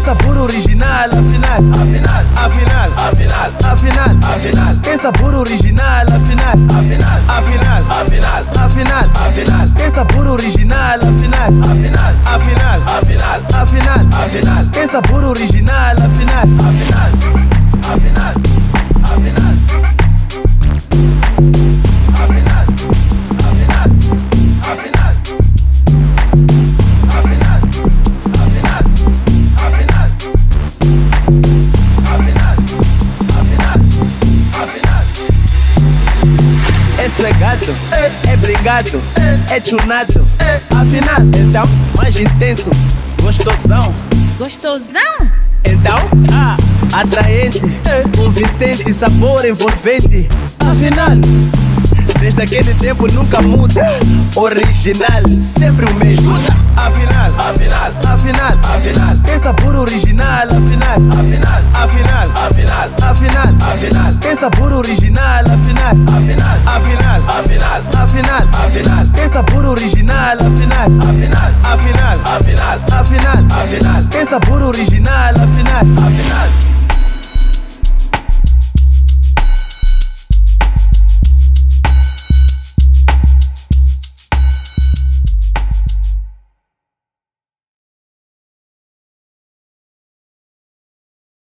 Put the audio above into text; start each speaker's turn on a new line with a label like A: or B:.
A: sabor original, afinal, afinal, afinal, afinal, afinal, afinal. Tem sabor original, afinal, afinal, afinal, afinal, afinal, afinal. Tem sabor original, afinal, afinal, afinal, afinal, afinal, afinal. Tem sabor original, afinal, afinal, afinal, afinal. Afinal, afinal, afinal. Afinal, afinal, afinal. Afinal, afinal, afinal.
B: Esse é gato, é brigado, é chunado, afinal, então, mais intenso, gostosão,
C: Gostosão?
B: então, ah, atraente, convincente, sabor envolvente, afinal, desde aquele tempo nunca muda, original, sempre o mesmo,
A: Afinal, afinal, afinal, afinal. Tem sabor original, afinal, afinal, afinal, afinal, afinal, afinal. Tem sabor original, afinal, afinal, afinal, afinal, afinal, afinal. Tem sabor original, afinal, afinal, afinal, afinal, afinal, afinal. Tem sabor original, afinal, afinal,